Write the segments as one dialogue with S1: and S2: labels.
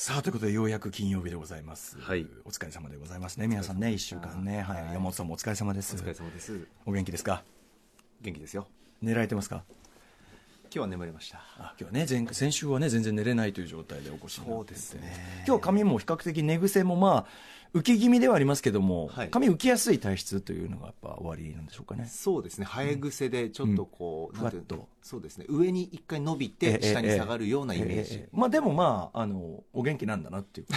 S1: さあということでようやく金曜日でございます、
S2: はい
S1: お疲れ様でございますね皆さんね1週間ね、はい山本さんもお疲れ様です
S2: お疲れ様です
S1: お元気ですか
S2: 元気ですよ
S1: 寝られてますか
S2: 今日は眠れました
S1: あ今日はね前先週はね全然寝れないという状態でお越しになってて
S2: そうですね
S1: 今日髪も比較的寝癖もまあ浮き気味ではありますけども、
S2: はい
S1: 髪浮きやすい体質というのがやっぱ終わりなんでしょうかね
S2: そうですね生え癖でちょっとこう、
S1: うん
S2: なんていうの
S1: ふわっと
S2: そうですね上に一回伸びて下に下がるようなイメージ、
S1: ええええまあでもまああのお元気なんだなっていう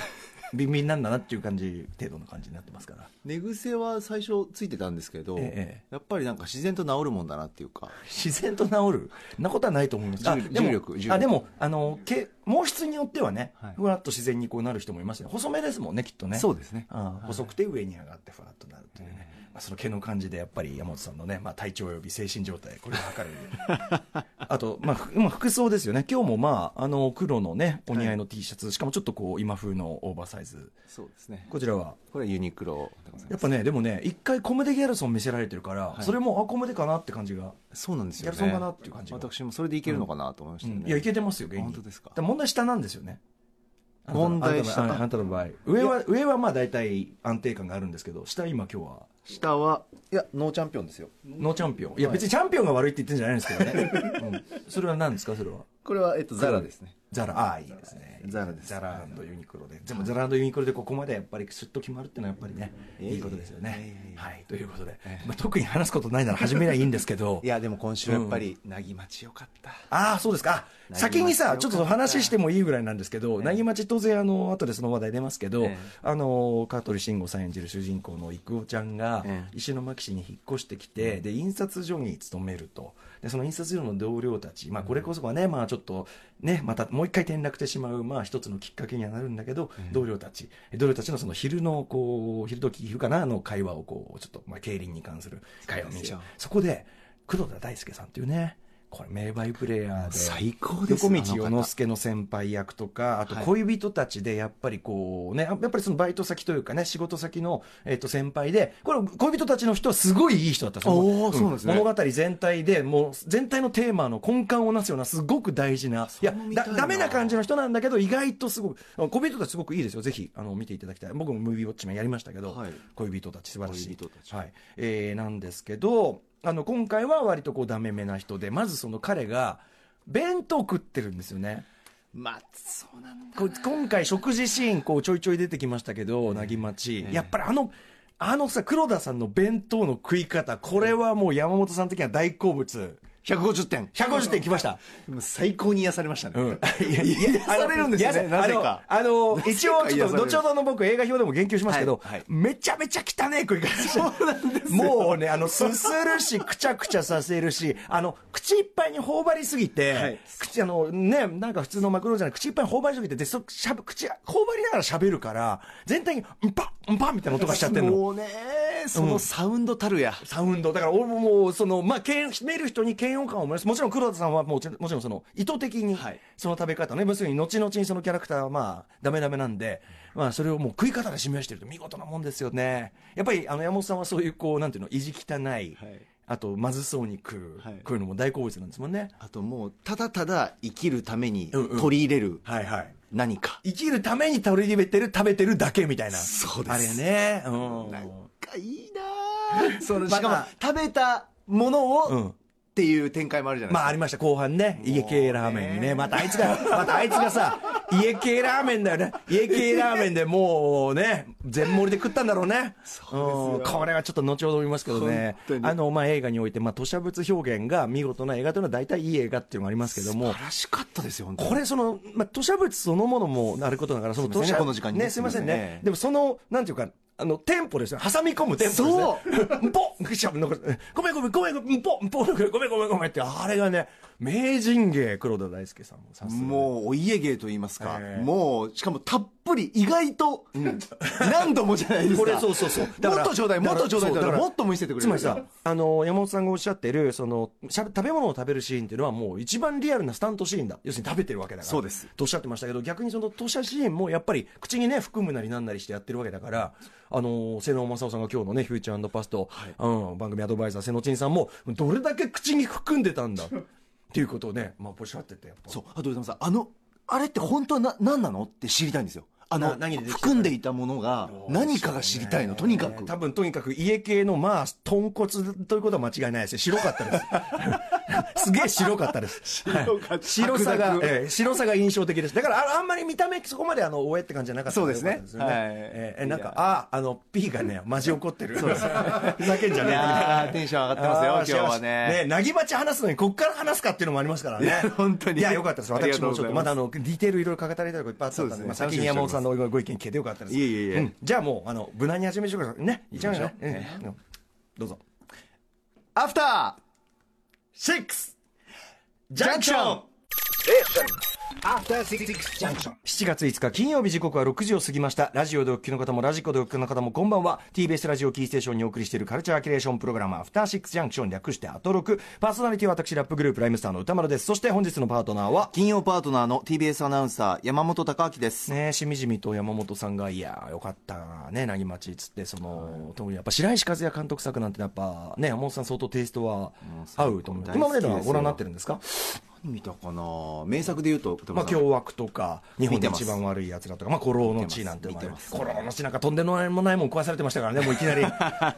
S1: ビンビンなんだなっていう感じ程度の感じになってますから
S2: 寝癖は最初ついてたんですけど、
S1: えええ
S2: やっぱりなんか自然と治るもんだなっていうか
S1: 自然と治るなことはないと思いますあ
S2: 重
S1: でも
S2: 重力重力
S1: あでもあのけ毛質によってはね、
S2: はい
S1: ふわっと自然にこうなる人もいますね細めですもんねきっとね
S2: そうですね
S1: ああ細くて上に上がってふわっとなるというね、まあ、その毛の感じでやっぱり山本さんのね、まあ、体調及び精神状態これを測る あと、まあ、ふまあ服装ですよね今日もまああの黒のねお似合いの T シャツ、しかもちょっとこう今風のオーバーサイズ
S2: そうですね
S1: こちらは
S2: これはユニクロでございます
S1: やっぱねでもね一回コムデギャルソン見せられてるから、
S2: はい
S1: それもあコムデかなって感じが、
S2: そうなんですよね
S1: ギャルソンかなっていう感じが
S2: 私もそれでいけるのかなと思いまし
S1: う
S2: たね、
S1: んいやいけてますよ元気
S2: 本当ですか
S1: だら問題下なんですよね
S2: 問題下
S1: あなたのああなたの場合上は上はまあ大体安定感があるんですけど下今今日は
S2: 下はいやノーチャンピオンですよ
S1: ノーチャンピオンいや別にチャンピオンが悪いって言ってんじゃないんですけど ね、うんそれは何ですかそれは
S2: これは、えっと、ザラですね
S1: ザラああいいですね
S2: ザラです
S1: ザラユニクロででもザラユニクロでここまでやっぱりシュッと決まるっていうのはやっぱりね
S2: いえいえ
S1: いいことですよ
S2: いえい
S1: ね
S2: え
S1: はいということで
S2: ええ
S1: まあ特に話すことないなら始めりゃいいんですけど
S2: いやでも今週やっぱりなぎまちよかった、
S1: ああそうですか
S2: なぎまち
S1: 先に
S2: よ
S1: さ
S2: かっ
S1: ちょ
S2: た
S1: っと話してもいいぐらいなんですけど、
S2: ええ
S1: なぎまち当然あの後でその話題出ますけど、
S2: ええ
S1: あの香取慎吾さん演じる主人公の郁夫ちゃんが
S2: ええ
S1: 石巻市に引っ越してきて、で印刷所に勤めるとでその印刷所の同僚たち、まあ、これこそがね、まあ、ちょっとねまたもう一回転落してしまう、まあ、一つのきっかけにはなるんだけど、
S2: ええ
S1: 同僚たち同僚たちのその昼のこう昼時昼かなの会話をこうちょっと、まあ、競輪に関する会話を見
S2: そうです
S1: る
S2: よ
S1: そこで黒田大輔さんっていうねこれ名バイプレイヤーで
S2: 最高です
S1: 横
S2: よ
S1: 道世之助の先輩役とかあと
S2: はい
S1: 恋人たちでやっぱりこうねやっぱりそのバイト先というかね仕事先の、えっと先輩でこれ恋人たちの人はすごいいい人だったの
S2: おーそうなんですね
S1: 物語全体でもう全体のテーマの根幹をなすようなすごく大事な
S2: そ
S1: いうや
S2: みた
S1: だ
S2: いな
S1: ダメな感じの人なんだけど意外とすごく恋人たちすごくいいですよぜひあの見ていただきたい僕もムービーウォッチマンやりましたけど、
S2: はい
S1: 恋人たち素晴らしい
S2: 恋人たち
S1: はいえーなんですけどあの今回は割とこうダメめな人でまずその彼が弁当食ってるんですよね
S2: まあそうなんだ
S1: こう今回食事シーンこうちょいちょい出てきましたけどなぎまち
S2: ええ
S1: やっぱりあのあのさ黒田さんの弁当の食い方これはもう山本さん的には大好物
S2: 150点
S1: 150点きました
S2: もう最高に癒されましたね、
S1: うん、 いや、いや、
S2: されるんですよね
S1: いや
S2: なぜか
S1: あの、あの一応、ちょっと、
S2: 癒される
S1: 後ほどの僕、映画表でも言及しますけど、
S2: はいはい
S1: めちゃめちゃ汚い食い方そうなんですもうね、あの、すするし、くちゃくちゃさせるし、あの、口いっぱいに頬張りすぎて、
S2: はい
S1: 口、あの、ね、なんか普通のマクロじゃない、口いっぱいに頬張りすぎて、で、そ、しゃぶ、口、頬張りながら喋るから、全体に、んぱ、んぱみたいな音がしちゃってんの。
S2: もうねそのサウンドたるや、
S1: サウンドだから俺ももうそのまあ嫌見る人に嫌悪感を生まれますもちろん黒田さんはもちろんもちろんその意図的に
S2: はい
S1: その食べ方ね、要するに後々にそのキャラクターはまあダメダメなんで、まあそれをもう食い方で示してると見事なもんですよねやっぱりあの山本さんはそういうこうなんていうの意地汚い、
S2: はい
S1: あとまずそうに食う、
S2: はい
S1: 食うのも大好物なんですもんね
S2: あともうただただ生きるために
S1: うんうん
S2: 取り入れる
S1: はいはい
S2: 何か、
S1: 生きるために取り入れてる食べてるだけみたいな
S2: そうです
S1: あれねうん
S2: なんかいいなあその
S1: また
S2: しかも食べたものを、
S1: うん
S2: っていう展開もあるじゃないです
S1: まあ
S2: か、
S1: ありました後半ね家系ラーメンにね
S2: ね
S1: またあいつがまたあいつがさ家系ラーメンだよね家系ラーメンでもうね全盛りで食ったんだろうね
S2: そうですよ
S1: んこれはちょっと後ほど見ますけどね
S2: 本当に
S1: あのまあ映画においてまあ吐砂物表現が見事な映画というのは大体いい映画っていうのがありますけども
S2: 素晴らしかったですよ本当に
S1: これその、まあ、吐砂物そのものもあることだから、その
S2: すい
S1: 吐砂
S2: ませんねこの時間に
S1: ね、すみません
S2: すいません
S1: ね
S2: ね。
S1: でもその、なんていうか、あの、テンポですよ。挟み込むテンポですね。ポッぐしゃなんかごめんごめんごめんごめん、ポッポッごめんごめんごめんって、あれがね、名人芸、黒田大輔さんもさすがに
S2: もうお家芸と言いますか、
S1: ええ
S2: もうしかもたっぷり意外と、何度もじゃないですか
S1: これそうそうそうだ
S2: も
S1: か
S2: っ
S1: ら
S2: とちょうだいもっとちょうだいって
S1: そうだから
S2: 言ったらもっと見せてくれる
S1: つまりさあの山本さんがおっしゃってるそのしゃべ食べ物を食べるシーンっていうのはもう一番リアルなスタントシーンだ要するに食べてるわけだから
S2: そうです
S1: とおっしゃってましたけど逆にその吐砂シーンもやっぱり口にね含むなりなんなりしてやってるわけだからあの瀬野正夫さんが今日のね「フューチャーパスト」うん、番組アドバイザー瀬野珍さんもど れだけ口に含んでたんだっていうことをねまあおっしゃっててやっぱ
S2: そうあとでもさあのあれって本当はな、何なのって知りたいんですよ。あ
S1: な
S2: の、
S1: 何でできてる
S2: 含んでいたものが何かが知りたいの、とにかく。
S1: 多分とにかく家系のまあ豚骨ということは間違いないですね白かったですすげえ 白かったです
S2: 白かった
S1: はい白さが
S2: 白、濁
S1: ええ白さが印象的ですだからああんまり見た目そこまであのおえって感じじゃなかったん
S2: そうですね
S1: よかったよ
S2: はい
S1: えええなん
S2: い
S1: か
S2: や
S1: ああの P がねマジ怒ってる ふざけんじゃねえみたいな
S2: やーテンション上がってますよ
S1: あー
S2: 今日
S1: 幸せ
S2: はね
S1: ねなぎばち話すのにこっから話すかっていうのもありますから
S2: い
S1: ね
S2: や本当に
S1: いやよかったです
S2: ありが
S1: 私
S2: とう
S1: も
S2: ご
S1: ちょ
S2: ざ
S1: っ
S2: い
S1: とま
S2: ま
S1: すだあのディテールいろいろ語りたいとこいっぱいあったんで
S2: そうですね
S1: まあ、先
S2: 楽し
S1: に
S2: みにしており
S1: 山
S2: ま
S1: 本
S2: す
S1: さんのご意見聞いてよかったです
S2: いえいえいえ
S1: うんじゃあもうあの無難に始めましょうかね一番ねうんうんどうぞ
S2: アフター
S1: シックスジャンクション
S3: After City Junction.
S1: 7月5日金曜日時刻は6時を過ぎましたラジオでお聞きの方もラジコでお聞きの方もこんばんは TBS ラジオキーステーションにお送りしているカルチャーキュレーションプログラム「アフターシックスジャンクション」略して「アトロク」パーソナリティは私ラップグループライムスターの歌丸ですそして本日のパートナーは
S2: 金曜パートナーの TBS アナウンサー山本貴明です。
S1: ねしみじみと山本さんが「いやーよかったなねなぎまち」っつってその、特にやっぱ白石和也監督作なんてやっぱね山本さん相当テイストは合うと思う
S2: も
S1: 今
S2: う最高
S1: までのは
S2: 大好きですよ
S1: ご覧になってるんですか
S2: 何見たかな名作で言うと、
S1: まあ、
S2: 日
S1: 凶悪とか、日本で
S2: 見てます
S1: 一番悪い奴らとか、まあ、古老の地なんてのもある
S2: 見てます
S1: 古老の地なんかとんでもないもん壊されてましたからね、もういきな り、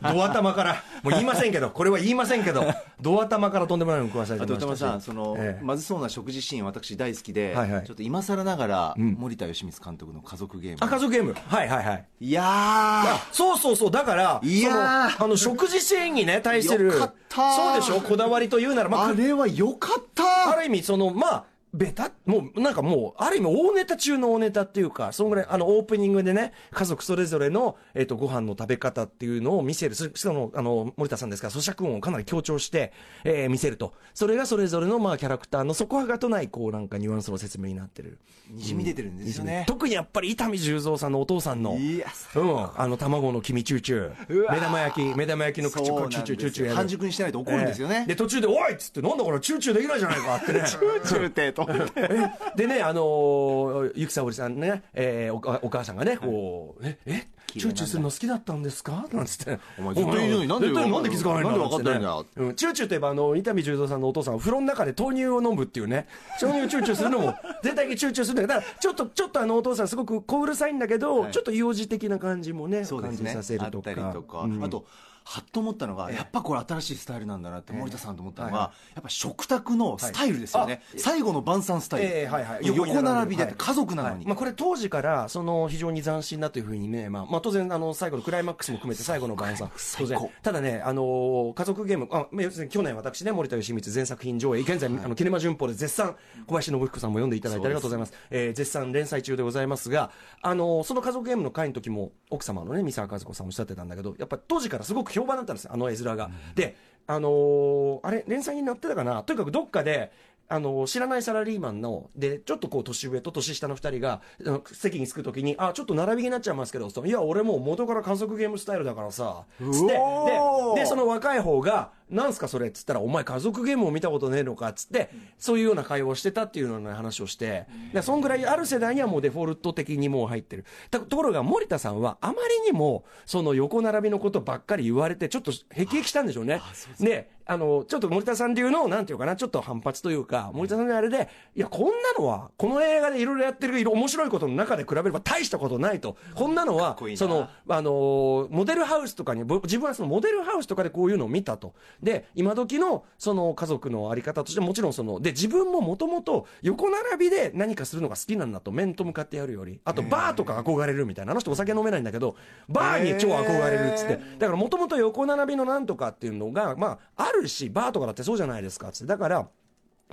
S1: ド頭から、もう言いませんけど、これは言いませんけど、ド頭からとんでもないもん食わされ
S2: あ
S1: てま
S2: と歌丸
S1: し
S2: さ
S1: た
S2: ん
S1: し。
S2: その、
S1: ええ
S2: まずそうな食事シーン私大好きで、
S1: はいはい
S2: ちょっと今更ながら、森田芳光監督の家族ゲーム
S1: あ、家族ゲーム。はいはいはい。
S2: いや
S1: あそうそうそう、だから、
S2: いやー
S1: そのあの、食事シーンにね、対する、
S2: よかった
S1: そうでしょこだわりというなら、
S2: ー、
S1: まあ、
S2: あ、れはよかった
S1: ある意味、その、まあ、ベタもう、なんかもう、ある意味、大ネタ中の大ネタっていうか、そのぐらい、あの、オープニングでね、家族それぞれの、えっ、と、ご飯の食べ方っていうのを見せる。そその、あの、森田さんですから、咀嚼音をかなり強調して、えー見せると。それがそれぞれの、まあ、キャラクターの底上がとない、こう、なんか、ニュアンスの説明になってる。
S2: にじみ出てるんですよね、
S1: 特にやっぱり、伊丹十三さんのお父さんの、
S2: いや
S1: うん、あの、卵の黄身チューチュ
S2: う
S1: ー、
S2: わー
S1: 目玉焼き、目玉焼きの口
S2: そう
S1: を
S2: なん
S1: チューチューチュー
S2: です
S1: チュー
S2: よ
S1: やる。
S2: 半熟にしないと怒るんですよね
S1: えーで、途中で、おいっつって、なんだこれ、チューチューできないじゃないかって ね。
S2: 中帝と
S1: えでね、あのー、ゆきさおりさんね、えーおかお母さんがね、こう、え、え、
S2: 綺麗
S1: チュ
S2: なんだ
S1: ーチューするの好きだったんですかなんつって。
S2: お前ずっと言うのになんで
S1: 絶対なんで気づかないんだ
S2: なんで分かってないんだ
S1: つてねうんチューチューといえば、あの、伊丹十三さんのお父さんは風呂の中で豆乳を飲むっていうね、豆乳をチューチューするのも、 絶対にチューチューするんだけど、だからちょっと、ちょっとあの、お父さんすごく小うるさいんだけど、
S2: はい
S1: ちょっと幼児的な感じもね、
S2: そうで
S1: 感
S2: す
S1: じ
S2: ね
S1: させる
S2: あっ
S1: とか。
S2: たりとか、
S1: うん
S2: あとはっと思ったのが、やっぱこれ新しいスタイルなんだなって森田さんと思ったのが、
S1: はいは
S2: やっぱ食卓のスタイルですよね、最後の晩餐スタイル、
S1: ええはいはい
S2: 横並びで、
S1: はい
S2: 家族なのに、
S1: はいまあ、これ当時からその非常に斬新だというふうにね、まあまあ、当然あの最後のクライマックスも含めて最後の晩餐当
S2: 最
S1: 然
S2: 高
S1: ただね、あのー家族ゲームあまあ要するに去年私ね森田芳光全作品上映現在、あのキネマ旬報で絶賛小林信彦さんも読んでいただいてありがとうございます、えー絶賛連載中でございますが、あのーその家族ゲームの会の時も奥様のね三沢和子さんおっしゃってたんだけどやっぱ当時からすごく評判だったんですよあの絵面が、であのーあれ連載になってたかなとにかくどっかであの知らないサラリーマンのでちょっとこう年上と年下の2人があの席に着くときにあちょっと並びになっちゃいますけどそういや俺もう元から家族ゲームスタイルだからさつってで
S2: おー
S1: でその若い方が「なんすかそれ」っつったら「お前家族ゲームを見たことねえのか」っつってそういうような会話をしてたっていうような話をしてでそんぐらいある世代にはもうデフォルト的にもう入ってるたところが森田さんはあまりにもその横並びのことばっかり言われてちょっとへきへきしたんでしょうねであのちょっと森田さん流のなんていうかなちょっと反発というか森田さんのあれでいやこんなのはこの映画でいろいろやってる色々面白いことの中で比べれば大したことないとこんなのは
S2: こいいな
S1: そのあのーモデルハウスとかに、ぼ自分はそのモデルハウスとかでこういうのを見たと。で、今時のその家族のあり方として、もちろんその、で、自分ももともと横並びで何かするのが好きなんだと、面と向かってやるより。あと、バーとか憧れるみたいな。あの人お酒飲めないんだけど、バーに超憧れるっつって。だからもともと横並びのなんとかっていうのが、まあ、あるし、バーとかだってそうじゃないですかっつって。だから、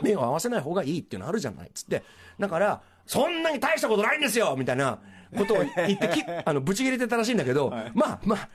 S1: 目を合わせない方がいいっていうのあるじゃないっつってだからそんなに大したことないんですよみたいなことを言って きあのぶち切れてたらしいんだけど、まあまあ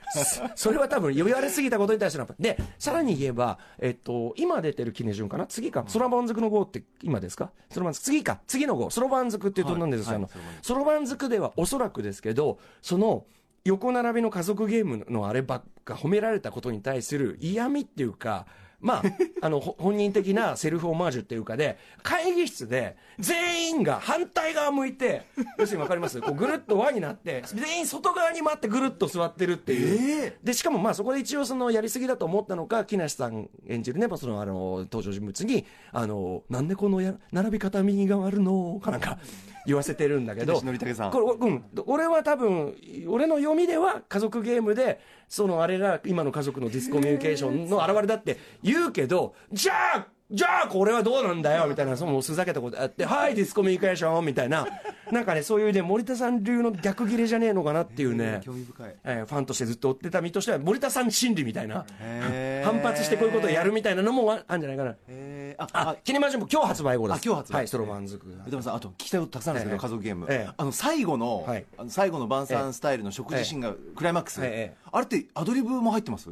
S1: そそれは多分言われすぎたことに対してのでさらに言えば、えっと、今出てるキネジュンかな次かそろばんずくの号って今ですかそろばんずく次か次の号そろばんずくっていうとなんですよそろばんずくではおそらくですけどその横並びの家族ゲームのあればっか褒められたことに対する嫌味っていうか、 まあ、あの、ほ本人的なセルフオマージュっていうかで、会議室で全員が反対側向いて、要するにわかりますこうぐるっと輪になって、全員外側に回ってぐるっと座ってるっていう。
S2: ええ
S1: で、しかもまあそこで一応そのやりすぎだと思ったのか、木梨さん演じるね、まあそのあの、登場人物に、あの、なんでこのや並び方右があるのかなんか、言わせてるんだけ ど、
S2: 木梨憲武さん
S1: これうん、俺は多分、俺の読みでは家族ゲームで、そのあれが今の家族のディスコミュニケーションの表れだって言うけど、じゃあ、じゃあこれはどうなんだよみたいな、そのふざけたことやって、はい、ディスコミュニケーションみたいな、なんかね、そういうね、森田さん流の逆切れじゃねえのかなっていうね。
S2: 興味深い
S1: えーファンとしてずっと追ってた身としては森田さん心理みたいな
S2: へー
S1: 反発してこういうことをやるみたいなのもああるんじゃないかな
S2: えーあ
S1: あ
S2: あ
S1: キネマジンも今日発売後です
S2: あ今日発売
S1: はいストロマンズク
S2: でもさんあと聞きたいことたくさんあるんですけど、
S1: ええ
S2: 家族ゲーム、
S1: ええ
S2: あの最後の,、
S1: はい
S2: あの最後の晩餐スタイルの食事シーンがクライマックス、
S1: ええ
S2: あれってアドリブも入ってます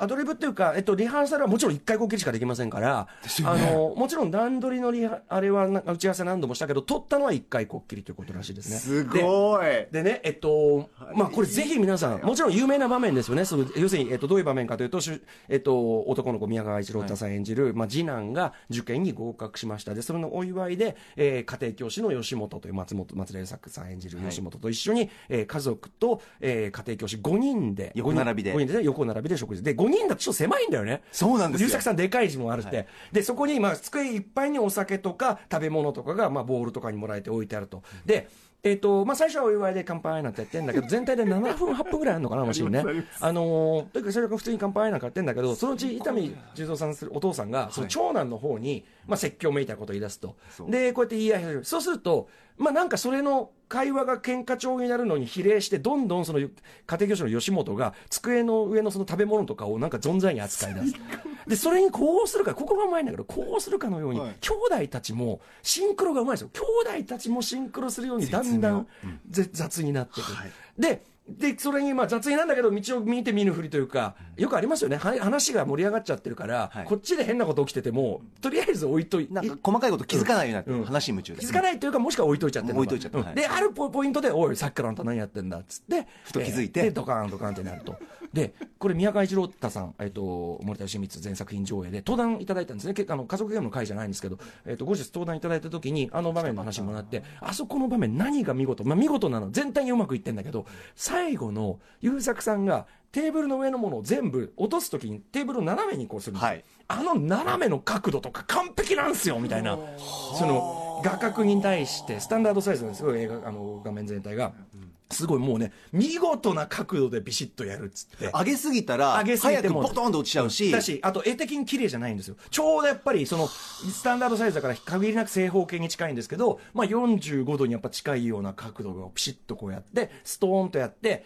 S1: アドリブっていうか、えっと、リハーサルはもちろん1回こっきりしかできませんから、あのもちろん段取りのリハあれはなんか打ち合わせ何度もしたけど撮ったのは1回こっきりということらしいですねで
S2: い
S1: でね、えっと、まあ、これぜひ皆さん、もちろん有名な場面ですよね。そう要するに、えっと、どういう場面かというと、主えっと、男の子宮川一郎太さん演じる、まあ、次男が受験に合格しました。で、それのお祝いで、えー家庭教師の吉本という松本、松田優作さん演じる吉本と一緒に、えー家族と、えー家庭教師5人で、
S2: 横並びで
S1: 5人でね、横並びで食事。で、5人だとちょっと狭いんだよね。
S2: そうなんですよ
S1: 優作さんでかい字もあるって。で、そこに、まあ、机いっぱいにお酒とか食べ物とかが、まあ、ボールとかにもらえて置いてあると。で、えっとまあ、最初はお祝いで乾杯なんてやってんだけど、全体で7分、8分ぐらいあるのかな、あのシーン ね。あのーとにかくそれが普通に乾杯なんかやってんだけど、そのうち伊丹十三さんするお父さんが、その長男の方に、まあ、説教めいたことを言い出すと。で、こうやって言い合い始める。そうすると、まあ、なんかそれの会話が喧嘩調になるのに比例して、どんどんその家庭教師の吉本が、机の上のその食べ物とかをなんか存在に扱い出す。で、それにこうするか、ここがうまいんだけど、こうするかのように、
S2: はい
S1: 兄弟たちもシンクロがうまいですよ。兄弟たちもシンクロするように、だんだんぜ雑になってくる。で、で、それに、まあ、雑になんだけど、道を見て見ぬふりというか、よくありますよね。は話が盛り上がっちゃってるから、
S2: はい
S1: こっちで変なこと起きてても、とりあえず置いとい
S2: なんか細かいこと気づかないようになって、
S1: うん
S2: 話に夢中で
S1: 気づかないというか、もしくは置いといちゃってるのか
S2: 置いといちゃった
S1: うん
S2: はい
S1: で、あるポポイントで、おい、さっきからあんた何やってんだっつって、
S2: ふと気づいて
S1: えーで、ドカーンドカーンってなると。で、これ、宮川一郎太さん、えっ、と、森田芳光全作品上映で、登壇いただいたんですね。結構あの、家族ゲームの回じゃないんですけど、えっ、と、後日登壇いただいた時に、あの場面の話もらって、あそこの場面何が見事、まあ見事なの、全体にうまくいってんだけど、最後の、優作さんが、テーブルの上のものを全部落とすときにテーブルを斜めにこうするんですよ、
S2: はい
S1: あの斜めの角度とか完璧なんすよみたいな、その画角に対して、スタンダードサイズなんですよ、映画あの画面全体が、すごいもうね、見事な角度でビシッとやるっつって。
S2: 上げすぎたら
S1: 上げすぎ
S2: 早
S1: て
S2: く
S1: も
S2: ボトンと落ちちゃうし
S1: だし、あと絵的に綺麗じゃないんですよ。ちょうどやっぱり、その、スタンダードサイズだから限りなく正方形に近いんですけど、まあ45度にやっぱ近いような角度がピシッとこうやって、ストーンとやって、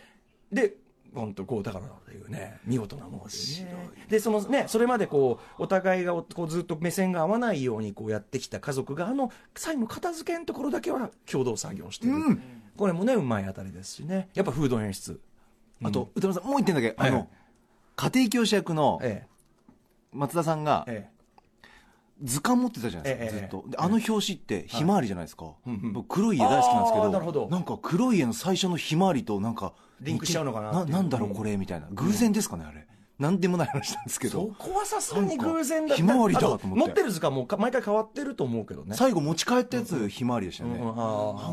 S1: で、ほんとこう、だからっていうね、見事なものですね。で、そのね、それまでこう、お互いがおこうずっと目線が合わないようにこうやってきた家族が、あの、最後の片付けのところだけは共同作業してる。これもね、うまいあたりですしね。やっぱフード演出。
S2: あと歌丸さんもう一点だけ、
S1: ええ
S2: あの家庭教師役の
S1: え
S2: 松田さんが
S1: え、ええ。
S2: 図鑑持ってたじゃないですか、
S1: ええ
S2: ずっとであの表紙ってひまわりじゃないですか、
S1: んうん
S2: 僕黒い家大好きなんですけ
S1: あー
S2: ど
S1: なるほど
S2: んか黒い家の最初のひまわりとなんか
S1: リンクしちゃうのかなっていう
S2: なんだろうこれみたいな偶然ですかねあれなんでもない話なんですけど
S1: そこはさすがに偶然だ
S2: ひまわりだ
S1: あ
S2: と思って
S1: 持ってる図鑑もか毎回変わってると思うけどね。
S2: 最後持ち帰ったやつひまわりでしたよね、
S1: うん
S2: なんか
S1: あ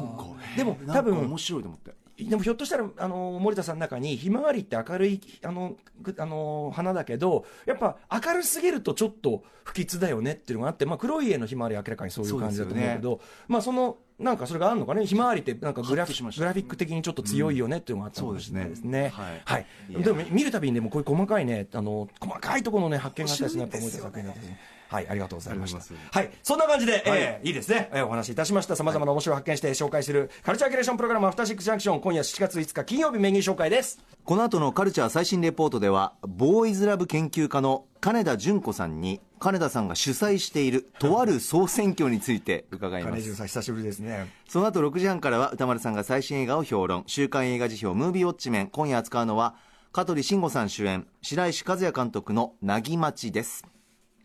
S2: へー
S1: でも
S2: なんか
S1: 多分
S2: 面白いと思って
S1: ーでもひょっとしたら、あのー、森田さんの中に、ひまわりって明るい、あの、ぐあのー、花だけど、やっぱ明るすぎるとちょっと不吉だよねっていうのがあって、まあ黒い絵のひまわりは明らかにそういう感じだと思うけど、まあその、なんかそれがあるのかね、ひまわりってなんかグラ
S2: ハッ
S1: フ
S2: としました
S1: グラフィック的にちょっと強いよねっていうのがあったのかもしれないですね。
S2: そうですね
S1: は
S2: はいい。
S1: はいでも見るたびにでもこういう細かいね、あの、細かいところのね、発見があったりするなと思います作品だったですね。はい、ありがとうございました
S2: ありがとうござい。
S1: はい、そんな感じで、えーいいですね、えーお話しいたしました。様々な面白を発見して紹介する、カルチャーキュレーションプログラム、アフターシックスジャンクション、今夜7月5日金曜日メニュー紹介です。
S2: この後のカルチャー最新レポートではボーイズラブ研究家の金田純子さんに金田さんが主催しているとある総選挙について伺いま
S1: 金
S2: す
S1: 重さん、久しぶりですね。
S2: その後6時半からは歌丸さんが最新映画を評論週刊映画辞表「ムービーウォッチメン」今夜扱うのは香取慎吾さん主演白石和也監督の「なぎまち」です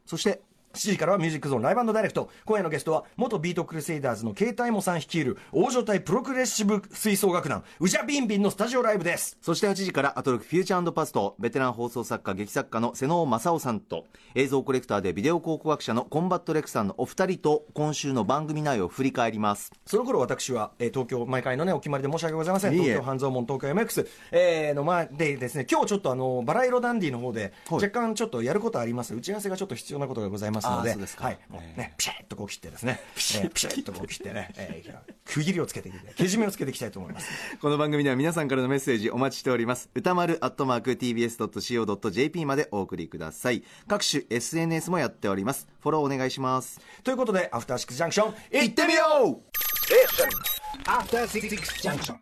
S2: そして
S1: 7時からはミュージックゾーンライブダイレクト。今夜のゲストは、元ビートクルセイダーズのケイタイモさん率いる、大所帯プログレッシブ吹奏楽団、ウジャビンビンのスタジオライブです。
S2: そして8時からアトロクフューチャーパストベテラン放送作家劇作家の瀬能正夫さんと映像コレクターでビデオ考古学者のコンバットレクさんのお二人と今週の番組内容を振り返ります
S1: その頃私は、えー東京、毎回のね、お決まりで申し訳ございません。
S2: いえいえ
S1: 東京半蔵門、東京 MX、えーの前でですね、今日ちょっとあの、バラ色ダンディの方で、
S2: はい
S1: 若干ちょっとやることあります。打ち合わせがちょっと必要なことがございますますの
S2: あー
S1: で、
S2: そうですか
S1: はい、もうね、ピシャッとこう切ってです ね、えーピシャッとこう切ってね、えー区切りをつけていきたい、けじめをつけていきたいと思います。
S2: この番組では皆さんからのメッセージお待ちしております歌丸 atmark.tbs.co.jp までお送りください各種 SNS もやっておりますフォローお願いします
S1: ということで、アフターシックスジャンクション、
S2: いってみよう
S3: After Six Junction.